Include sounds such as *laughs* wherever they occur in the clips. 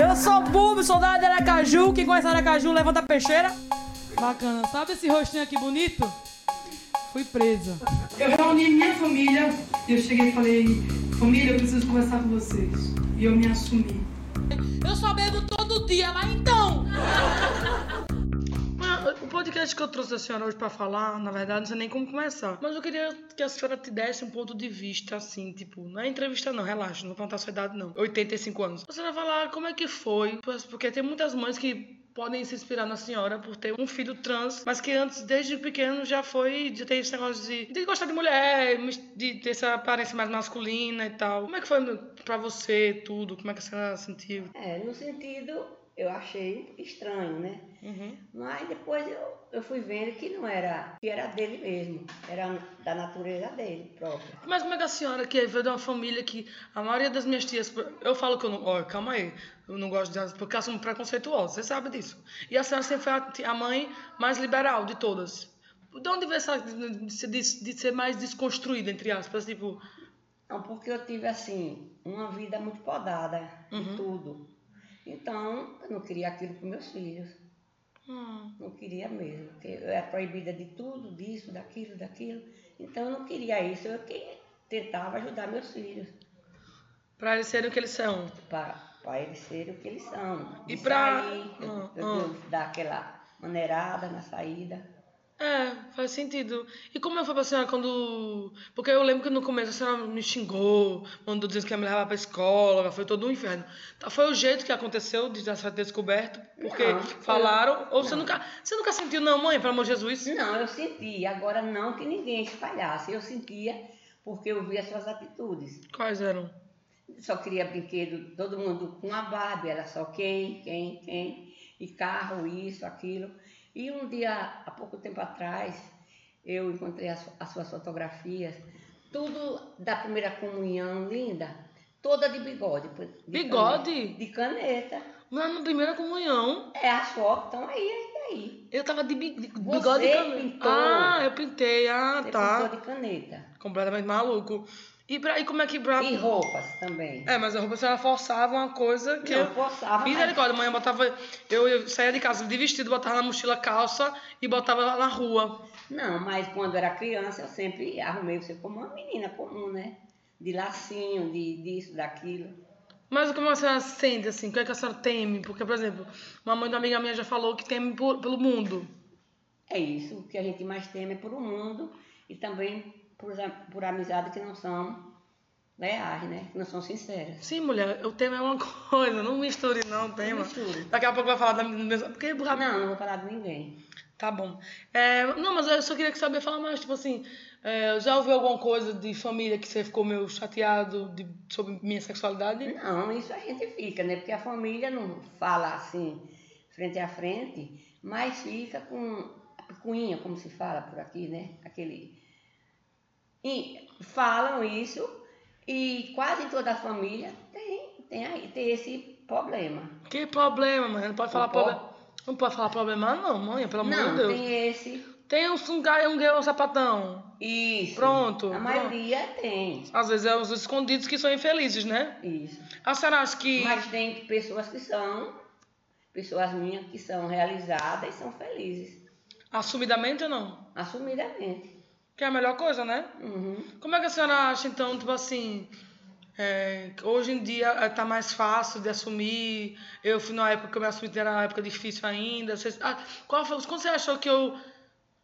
Eu sou Bubo, sou da Aracaju. Quem conhece Aracaju, levanta a peixeira. Bacana. Sabe esse rostinho aqui bonito? Fui presa. Eu reuni minha família e eu cheguei e falei, família, eu preciso conversar com vocês. E eu me assumi. Eu só bebo todo dia, mas então... O podcast que eu trouxe a senhora hoje pra falar, na verdade, não sei nem como começar. Mas eu queria que a senhora te desse um ponto de vista, assim, tipo, não é entrevista não, relaxa, não vou contar a sua idade não. 85 anos. A senhora falar como é que foi, pois, porque tem muitas mães que podem se inspirar na senhora por ter um filho trans, mas que antes, desde pequeno, já foi de ter esse negócio de, de gostar de mulher, de ter essa aparência mais masculina e tal. Como é que foi pra você tudo? Como é que a senhora sentiu? É, no sentido, eu achei estranho, né? Uhum. Mas depois eu, eu fui vendo que não era, que era dele mesmo, era um, da natureza dele própria. Mas como é que a senhora que veio de uma família que a maioria das minhas tias. Eu falo que eu não. Ó, calma aí. Eu não gosto de. Porque elas são preconceituosas, você sabe disso. E a senhora sempre foi a, ti- a mãe mais liberal de todas. De onde veio essa. De, de- de ser mais desconstruída, entre aspas? Tipo. Não, porque eu tive assim, uma vida muito podada de tudo. Então, eu não queria aquilo para meus filhos. hum, Não queria mesmo, porque eu era proibida de tudo, disso, daquilo, daquilo. Então eu não queria isso, eu que tentava ajudar meus filhos pra eles serem o que eles são. para eles serem o que eles são. E De pra- sair, eu, Ah, eu devo dar aquela maneirada na saída. É, faz sentido. E como foi pra senhora quando. Porque eu lembro que no começo a senhora me xingou, mandou dizer que ia me levar pra escola, foi todo um inferno. Tá, Foi o jeito que aconteceu de já ser descoberto, porque Não, Ah, foi- Ah. falaram. Ou você não. nunca. Você nunca sentiu, não, mãe, pelo amor de Jesus? Não, eu sentia, agora não que ninguém espalhasse, eu sentia porque eu via suas atitudes. Quais eram? Só queria brinquedo, todo mundo com a Barbie, era só quem, quem, quem, e carro, isso, aquilo. E um dia, há pouco tempo atrás, eu encontrei as, as suas fotografias, tudo da primeira comunhão, linda, toda de bigode. pô, de Bigode? caneta- de caneta. Na na primeira comunhão, É, as fotos estão aí, aí, aí. eu tava de bi- de Você bigode e cabelo. pintou. Ah, eu pintei, ah, Você tá. pintou de caneta. Completamente maluco. E, pra, e como é que. Pra... E roupas também. É, mas a roupa a senhora forçava uma coisa que. Não, forçava, mas- Misericórdia, mãe, eu botava. Eu, eu saía de casa de vestido, botava na mochila calça e botava lá na rua. Não, mas quando era criança eu sempre arrumei você como uma menina comum, né? De lacinho, de disso, daquilo. Mas como a senhora sente, assim? O que é que a senhora teme? Porque, por exemplo, uma mãe de uma amiga minha já falou que teme por- pelo mundo. É isso, o que a gente mais teme é por um mundo e também por, por amizades que não são leais, né? Que não são sinceras. Sim, mulher, eu temo é uma *laughs* coisa, não misture não, tema. misture. Daqui a pouco vai falar da minha. Porque Ah, não, não vou falar de ninguém. Tá bom. É, não, mas eu só queria saber falar mais, tipo assim, é, já ouviu alguma coisa de família que você ficou meio chateado de- sobre minha sexualidade? Não, isso a gente fica, né? Porque a família não fala assim, frente a frente, mas fica com a picuinha, como se fala por aqui, né? Aquele. E falam isso e quase toda a família tem, tem, aí- tem esse problema. Que problema, mãe? Não pode falar Não pode? problema. Não pode falar problema, não, mãe, pelo amor não, de Deus. Tem, tem esse. um sungai, um gay, um sapatão. Isso. Pronto, A pronto. maioria tem. Às vezes é os escondidos que são infelizes, né? Isso. A senhora acha que. Mas tem pessoas que são, pessoas minhas que são realizadas e são felizes. Assumidamente ou não? Assumidamente. Que é a melhor coisa, né? Uhum. Como é que a senhora acha, então, tipo assim, é, que hoje em dia é, tá mais fácil de assumir? Eu fui numa época que eu me assumi, era uma época difícil ainda. Vocês, ah, qual foi, quando você achou que eu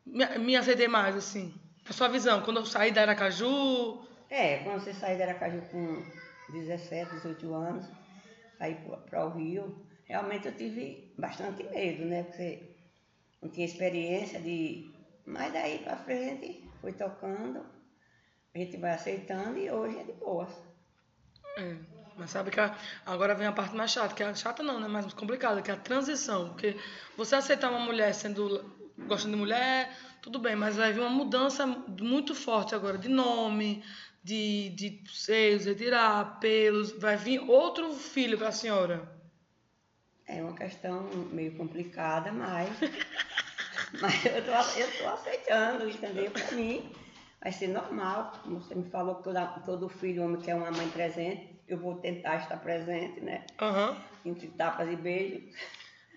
me, me aceitei mais, assim? A sua visão, quando eu saí da Aracaju, É, quando você saiu de Aracaju com 17, 18 anos, aí para o Rio, realmente eu tive bastante medo, né? Porque não tinha experiência de. Mas daí para frente, foi tocando, a gente vai aceitando e hoje é de boa. É, mas sabe que a- agora vem a parte mais chata, que é chata não, né? Mais complicada, que é a transição. Porque você aceitar uma mulher sendo. gostando de mulher, tudo bem, mas vai vir uma mudança muito forte agora de nome, de, de seios, retirar, pelos. Vai vir outro filho pra senhora. É uma questão meio complicada, mas. *laughs* mas eu tô, eu tô aceitando, entendeu? Para mim vai ser normal. Como Você me falou que toda, todo filho homem quer uma mãe presente, eu vou tentar estar presente, né? Aham. entre tapas e beijos,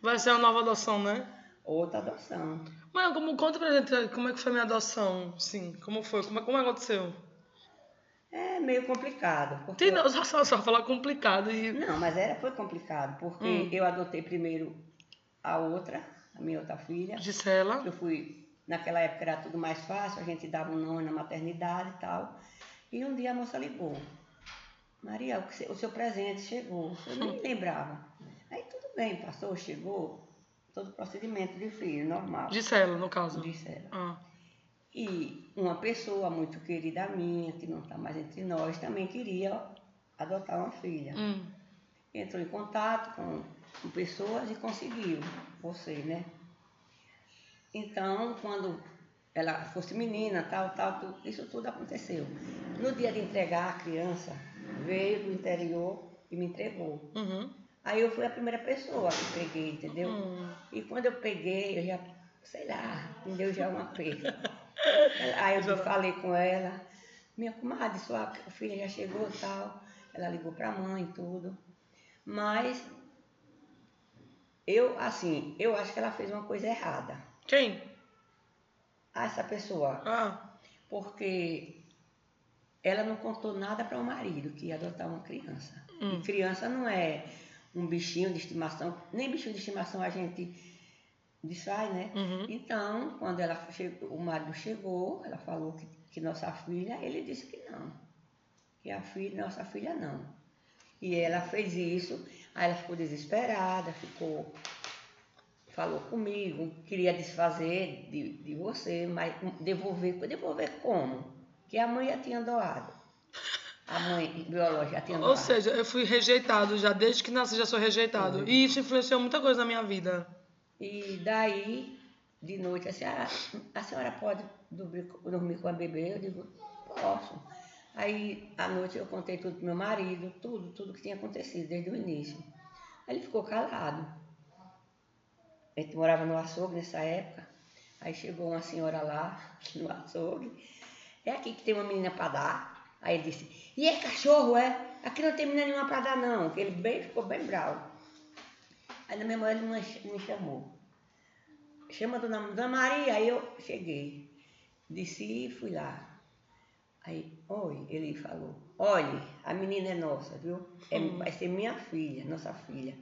Vai ser uma nova adoção, né? outra adoção. Mãe, como conta pra gente como é que foi minha adoção, sim, como foi, como, como aconteceu? É meio complicado. Porque Tem não, só, só, só falar complicado e... Não, mas era, foi complicado, porque eu adotei primeiro a outra, a minha outra filha. Gisela, Eu fui, naquela época era tudo mais fácil, a gente dava um nome na maternidade e tal. E um dia a moça ligou. Maria, o que se- o seu presente chegou. Eu nem lembrava. Aí tudo bem, passou, chegou, todo o procedimento de filho, normal. Gisela, no caso. Disse ela. Ah, E uma pessoa muito querida minha, que não está mais entre nós, também queria adotar uma filha. hum, Entrou em contato com, com pessoas e conseguiu, você, né? Então, quando ela fosse menina, tal, tal, tu- isso tudo aconteceu. No dia de entregar a criança, veio do interior e me entregou. uhum, Aí eu fui a primeira pessoa que peguei, entendeu? hum. E quando eu peguei, eu já, sei lá, me deu já uma pena. Aí eu falei com ela, minha comadre, sua filha já chegou e tal. Ela ligou pra mãe e tudo. Mas eu, assim, eu acho que ela fez uma coisa errada. Quem? Ah, essa pessoa, Ah, porque ela não contou nada para o marido que ia adotar uma criança. E criança não é um bichinho de estimação, nem bichinho de estimação a gente desfaz, né? Uhum. Então, quando ela chegou, o marido chegou, ela falou que, que nossa filha, ele disse que não. Que a filha, nossa filha não. E ela fez isso, aí ela ficou desesperada, ficou falou comigo, queria desfazer de, de você, mas um, devolver, devolver como? Que a mãe já tinha doado. A mãe biológica já tinha doado. ou seja, eu fui rejeitado já, desde que nasci já sou rejeitado. E isso influenciou muita coisa na minha vida. E daí, de noite, a senhora, a senhora pode dormir, co- dormir com a bebê? Eu digo, posso. Aí, à noite, eu contei tudo pro meu marido, tudo, tudo que tinha acontecido desde o início. Aí ele ficou calado. A gente morava no açougue nessa época. Aí chegou uma senhora lá *laughs* no açougue. É aqui que tem uma menina para dar. Aí ele disse, e é cachorro, é? Aqui não tem menina nenhuma para dar, não. Que ele bem, ficou bem bravo. Aí na memória ele me me chamou. Chama a Dona, Dona Maria, aí eu cheguei. Desci e fui lá. Aí, oi, ele falou, olhe, a menina é nossa, viu? É- vai ser minha filha, nossa filha.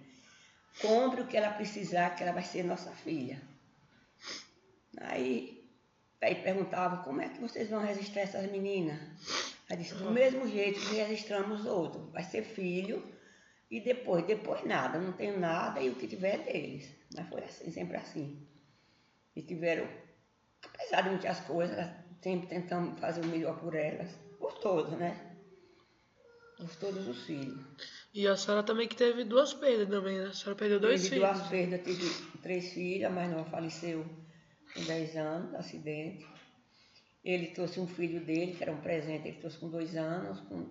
Compre o que ela precisar, que ela vai ser nossa filha. Aí, aí perguntava, como é que vocês vão registrar essas meninas? Aí disse, do mesmo jeito que registramos outro, vai ser filho e depois, depois nada, não tenho nada e o que tiver é deles. Mas foi assim, sempre assim. E tiveram, apesar de muitas coisas, sempre tentamos fazer o melhor por elas, por todos, né? Por todos os filhos. E a senhora também que teve duas perdas também, né? A senhora perdeu dois tive filhos. duas perdas, tive três filhas, mas não faleceu com 10 anos, acidente. Ele trouxe um filho dele, que era um presente, ele trouxe com dois anos. com-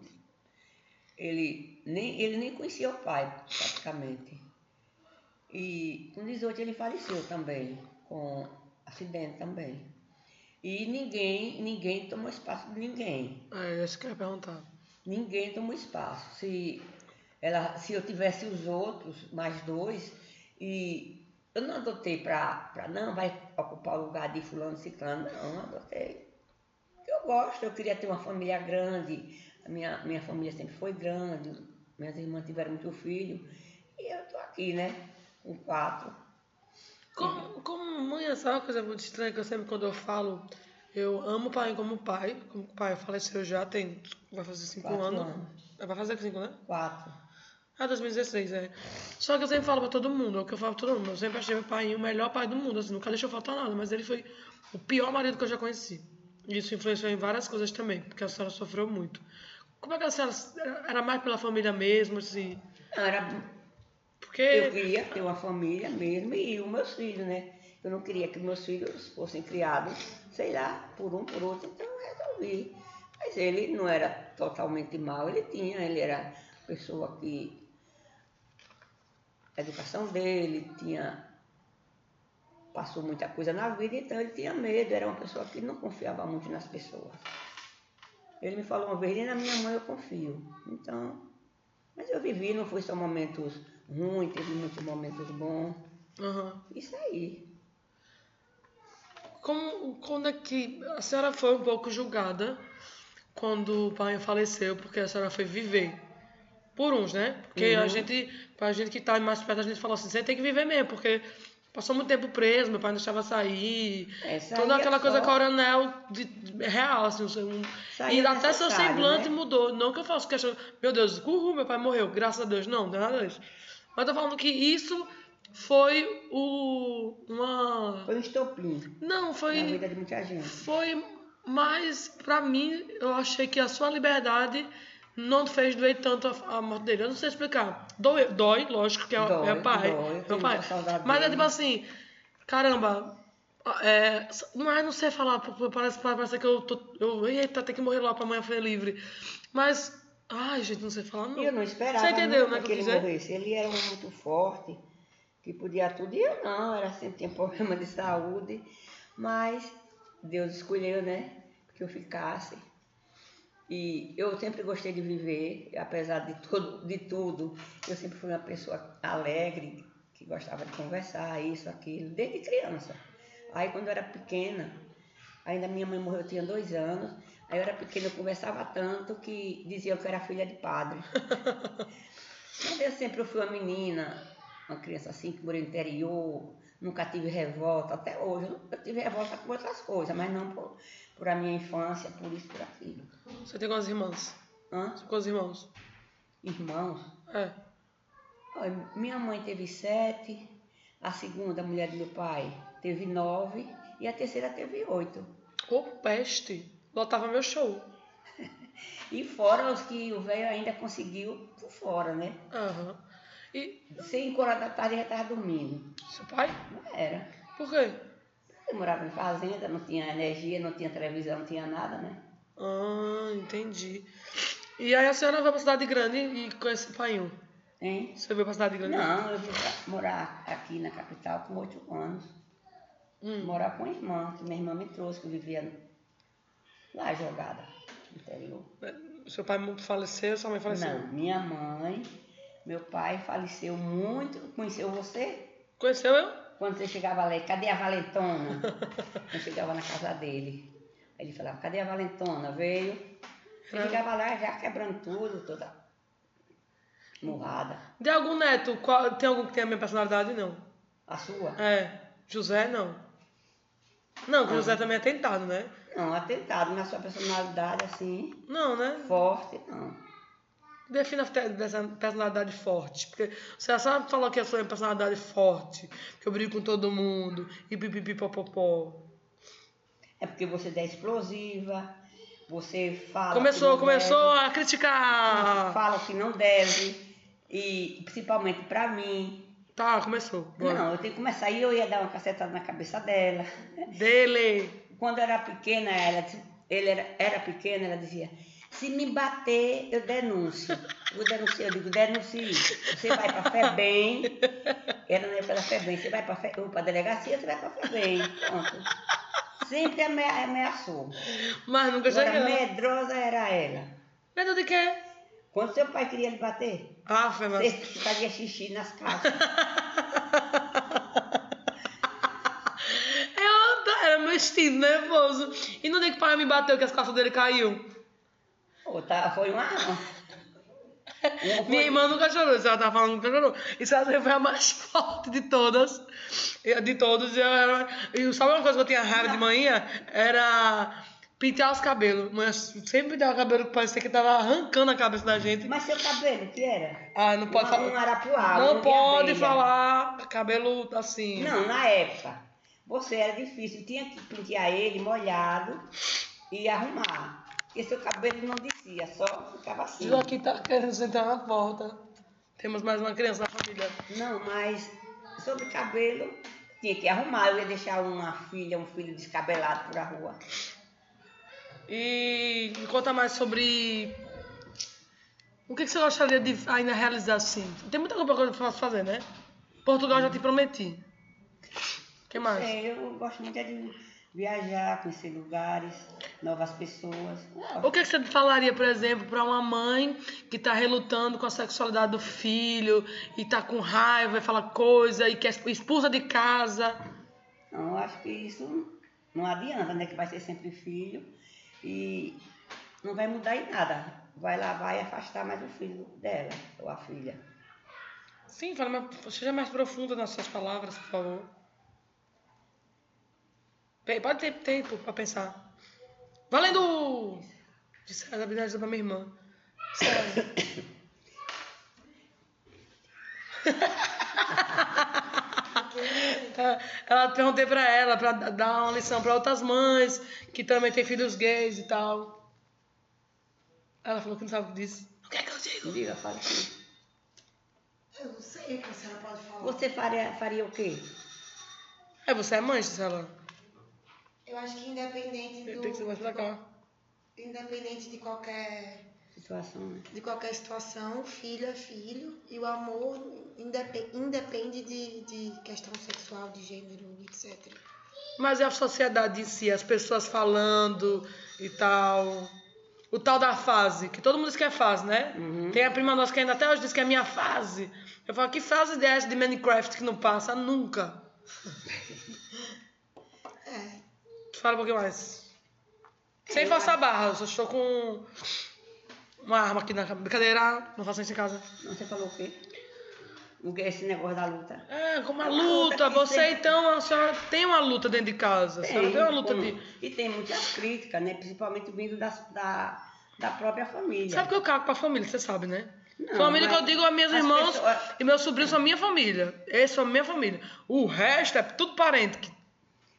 Ele, nem, ele nem conhecia o pai, praticamente. E com 18 ele faleceu também, com acidente também. E ninguém, ninguém tomou espaço de ninguém. É, isso que eu ia perguntar. Ninguém tomou espaço. Se, ela, se eu tivesse os outros, mais dois, e eu não adotei para não, vai ocupar o lugar de fulano, ciclano, não, eu adotei. Porque Eu gosto, eu queria ter uma família grande, a minha, minha família sempre foi grande, minhas irmãs tiveram muito filho, e eu tô aqui, né, com quatro. Como, como mãe, sabe uma coisa muito estranha que eu sempre quando eu falo, eu amo o pai como pai, como o pai faleceu já, tem, vai fazer cinco Quatro anos. anos. Vai fazer cinco, né? Quatro. Ah, 2016, é. Só que eu sempre falo pra todo mundo, é o que eu falo pra todo mundo. Eu sempre achei meu pai o melhor pai do mundo, assim, nunca deixou faltar nada, mas ele foi o pior marido que eu já conheci. E isso influenciou em várias coisas também, porque a senhora sofreu muito. Como é que a senhora era- era mais pela família mesmo, assim? Não, era Porque Eu queria ter uma família mesmo e os meus filhos, né? Eu não queria que meus filhos fossem criados, sei lá, por um, por outro, então eu resolvi. Mas ele não era totalmente mau, ele tinha, né? ele era pessoa que. A educação dele tinha. Passou muita coisa na vida, então ele tinha medo, era uma pessoa que não confiava muito nas pessoas. Ele me falou uma vez, nem na minha mãe eu confio. Então, mas eu vivi, não foi só momentos ruim, teve muitos momentos bons. Aham. Isso aí. Como, quando é que a senhora foi um pouco julgada quando o pai faleceu, porque a senhora foi viver? Por uns, né? Porque Uhum. a gente, pra gente que tá mais perto, a gente falou assim, você tem que viver mesmo, porque passou muito tempo preso, meu pai não deixava sair. É, saía toda aquela coisa só. coronel de, de- real, assim, um, Saía e até seu necessário, semblante né? mudou. Não que eu faço questão, meu Deus, uhul, meu pai morreu, graças a Deus. Não, não é nada disso. Mas tô falando que isso foi o. uma. Foi um estopim Não, na foi. vida de muita gente. Foi mais, pra mim, eu achei que a sua liberdade não fez doer tanto a, a morte dele. Eu não sei explicar. Dói, dói lógico, que é, Dói, é o pai. dói, é o tem pai. muita saudade Mas é dele. tipo assim, caramba. É, mas não sei falar, porque parece, parece que eu tô. Eu, eita, tem que morrer logo pra amanhã ser livre. Mas. Ai, gente, não sei falar, não. E eu não esperava Você entendeu, nunca né, que que, eu ele quis dizer? morresse. Ele era um homem muito forte, que podia tudo. E eu não, era sempre tinha *laughs* problema de saúde. Mas Deus escolheu, né? Que eu ficasse. E eu sempre gostei de viver, apesar de, todo, de tudo. Eu sempre fui uma pessoa alegre, que gostava de conversar, isso, aquilo, desde criança. Aí quando eu era pequena, ainda minha mãe morreu, eu tinha dois anos. Aí eu era pequena, eu conversava tanto que diziam que eu era filha de padre. Mas eu sempre fui uma menina, uma criança assim, que morei no interior, nunca tive revolta, até hoje. Eu nunca tive revolta com outras coisas, mas não por, por a minha infância, por isso, por aquilo. Você tem quantos irmãs? Hã? Você tem quantos irmãos? Irmãos, É. olha, minha mãe teve sete, a segunda, a mulher do meu pai, teve nove e a terceira teve oito. Ô, peste! Lotava meu show. E fora os que o velho ainda conseguiu por fora, né? Aham. E Cinco horas da tarde já estava dormindo. seu pai? Não era. Por quê? Eu morava em fazenda, não tinha energia, não tinha televisão, não tinha nada, né? Ah, entendi. E aí a senhora vai pra cidade grande e conhece o paiinho. Hein? Você veio pra cidade grande? Não, eu vim pra- morar aqui na capital com oito anos. Morar com a irmã, que minha irmã me trouxe, que eu vivia lá jogada, no interior. Seu pai mu- faleceu, sua mãe faleceu. Não, minha mãe, meu pai faleceu muito. Conheceu você? Conheceu eu? Quando você chegava lá, cadê a valentona? eu chegava na casa dele. Aí ele falava, cadê a valentona? Veio. Eu chegava lá já quebrando tudo, toda murrada. De algum neto, qual- tem algum que tem a minha personalidade? Não. A sua? É. José, não. Não, que o José também é tentado, né? Não, um atentado, mas sua personalidade assim, Não, né? forte, não. Defina a te- dessa personalidade forte. Porque se a senhora falou que a sua personalidade forte, que eu brigo com todo mundo, e pipipipopopó. É porque você é explosiva, você fala. Começou, que não deve, começou a criticar. Fala o que não deve. E principalmente pra mim, Tá, começou. Bora. Não, eu tenho que começar. E eu ia dar uma cacetada na cabeça dela. Dele. Quando eu era pequena, ela, disse- ele era, era pequena, ela dizia: se me bater, eu denuncio. Eu denuncio, eu digo, denuncie. Você vai pra Febem. Ela não ia pra Febem. Você vai pra, Fe, ou pra delegacia, você vai pra Febem. Pronto. Sempre ame- ameaçou. Mas nunca Agora, chegou. medrosa era ela. Medo de quê? Quando seu pai queria lhe bater, Ah, foi mal. você fazia xixi nas calças. Eu anda- É, era meu instinto nervoso. E não tem que o pai me bateu que as calças dele caiu. Pô, tá, foi uma. Um uma Minha irmã nunca chorou, se ela tava falando que nunca chorou. E se ela foi a mais *laughs* forte de todas. E- De todos, eu era. E sabe uma coisa que eu tinha raiva de manhã? Era pintar os cabelos. Manhã sempre pintava o cabelo que parecia que tava arrancando a cabeça da gente. Mas seu cabelo, que era? Ah, não pode um, falar. Um arapuá. Não um de pode abelha. falar cabelo assim. Não, na época. Você era difícil. Tinha que pentear ele molhado e arrumar. Porque seu cabelo não descia, só ficava assim. Joaquim tá querendo sentar na porta. Temos mais uma criança na família. Não, mas sobre cabelo, tinha que arrumar. Eu ia deixar uma filha, um filho descabelado por a rua. E me conta mais sobre. O que, que você gostaria de ainda realizar assim? Tem muita coisa que eu posso fazer, né? Portugal já te prometi. O que mais? É, eu gosto muito é de viajar, conhecer lugares. novas pessoas. Uau. O que, é que você falaria, por exemplo, para uma mãe que tá relutando com a sexualidade do filho e tá com raiva e fala coisa e quer expulsa de casa? Não, Então, eu acho que isso não adianta, né? Que vai ser sempre filho e não vai mudar em nada. Vai lá, vai afastar mais o filho dela ou a filha. Sim, fala, mais- seja mais profunda nas suas palavras, por favor. Bem, Pode ter tempo pra pensar. Valendo! Disse as habilidades da minha irmã. César. *laughs* Ela- Tá, ela perguntei pra ela, pra dar uma lição pra outras mães que também têm filhos gays e tal. Ela falou que não sabe o que disse. O que é que eu digo? Diga, fala assim. Eu não sei o que a senhora pode falar. Você faria, faria o quê? É, você é mãe, Gisela. Eu acho que independente Tem do. tem que ser mais pra cá. Independente de qualquer, Situação, né? de qualquer situação, filho é filho. E o amor indepe- independe de, de questão sexual, de gênero, etc. Mas é a sociedade em si, as pessoas falando e tal. O tal da fase, que todo mundo diz que é fase, né? Tem a prima nossa que ainda até hoje diz que é minha fase. Eu falo, que fase dessa de Minecraft que não passa nunca? É. Fala um pouquinho mais. Sem forçar a barra, eu só estou com uma arma aqui na cabeça. Brincadeira, não faço isso em casa. Não, Você falou o quê? O que é esse negócio da luta? É, como a luta, que você tem. então, a senhora tem uma luta dentro de casa. A senhora tem uma luta como- de. E tem muitas críticas, né? Principalmente vindo da, da, da própria família. Sabe que eu cago pra família, você sabe, né? Não, família que mas eu digo, as minhas as irmãs pessoas- e meus sobrinhos são minha família. Eles são minha família. O resto é tudo parente. que-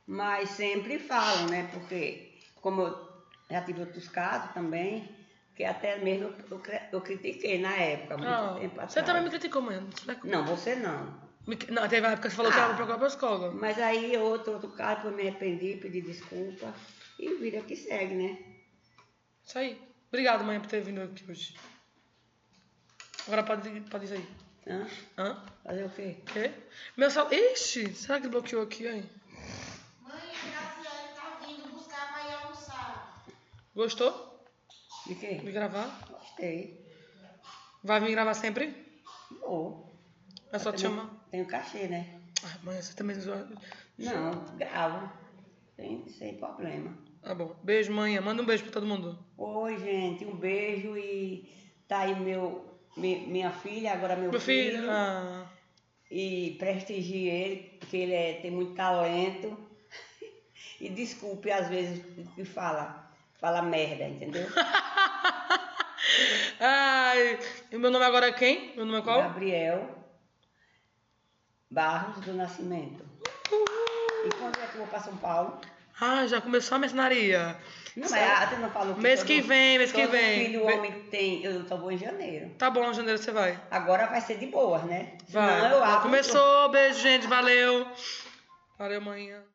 Mas sempre falam, né? Porque, como eu já tive outros casos também, que até mesmo eu, cri- eu critiquei na época, muito Ah, tempo atrás. você também me criticou, mãe. Não, sei como- Não, você não. me... não, teve uma época que você falou que Ah. era pra procurar pra escola. Mas aí outro, outro caso que eu me arrependi, pedi desculpa e vida que segue, né? Isso aí. Obrigado, mãe, por ter vindo aqui hoje. Agora pode, pode dizer aí. Hã? Hã? Fazer o quê? O quê? Meu sal... Ixi, será que bloqueou aqui, hein? Mãe, a Graciele tá vindo buscar pra ir almoçar. Gostou De quê? de gravar? Gostei. Vai vir gravar sempre? Vou. É só te Também chamar. Tenho cachê, né? Ah, mãe, você também zoa. Não, gravo. Sem, sem problema. Tá bom. Beijo, manhã. Manda um beijo pra todo mundo. Oi, gente. Um beijo e tá aí meu, mi- minha filha, agora meu, Meu filho. ah, e prestigie ele, porque ele é- tem muito talento. *laughs* E desculpe às vezes o que fala, fala merda, entendeu? Ai, e meu nome agora é quem? Meu nome é *laughs* qual? Gabriel Barros do Nascimento. E quando é que eu vou para São Paulo? Ah, já começou a mercenaria. Não, mas você não falou Mês que vem, mês que todo vem. um Filho homem tem, eu só vou em janeiro. Tá bom, janeiro você vai. Agora vai ser de boas, né? Vai. Senão eu abro- Começou. Beijo, gente. Valeu. Valeu, manhã.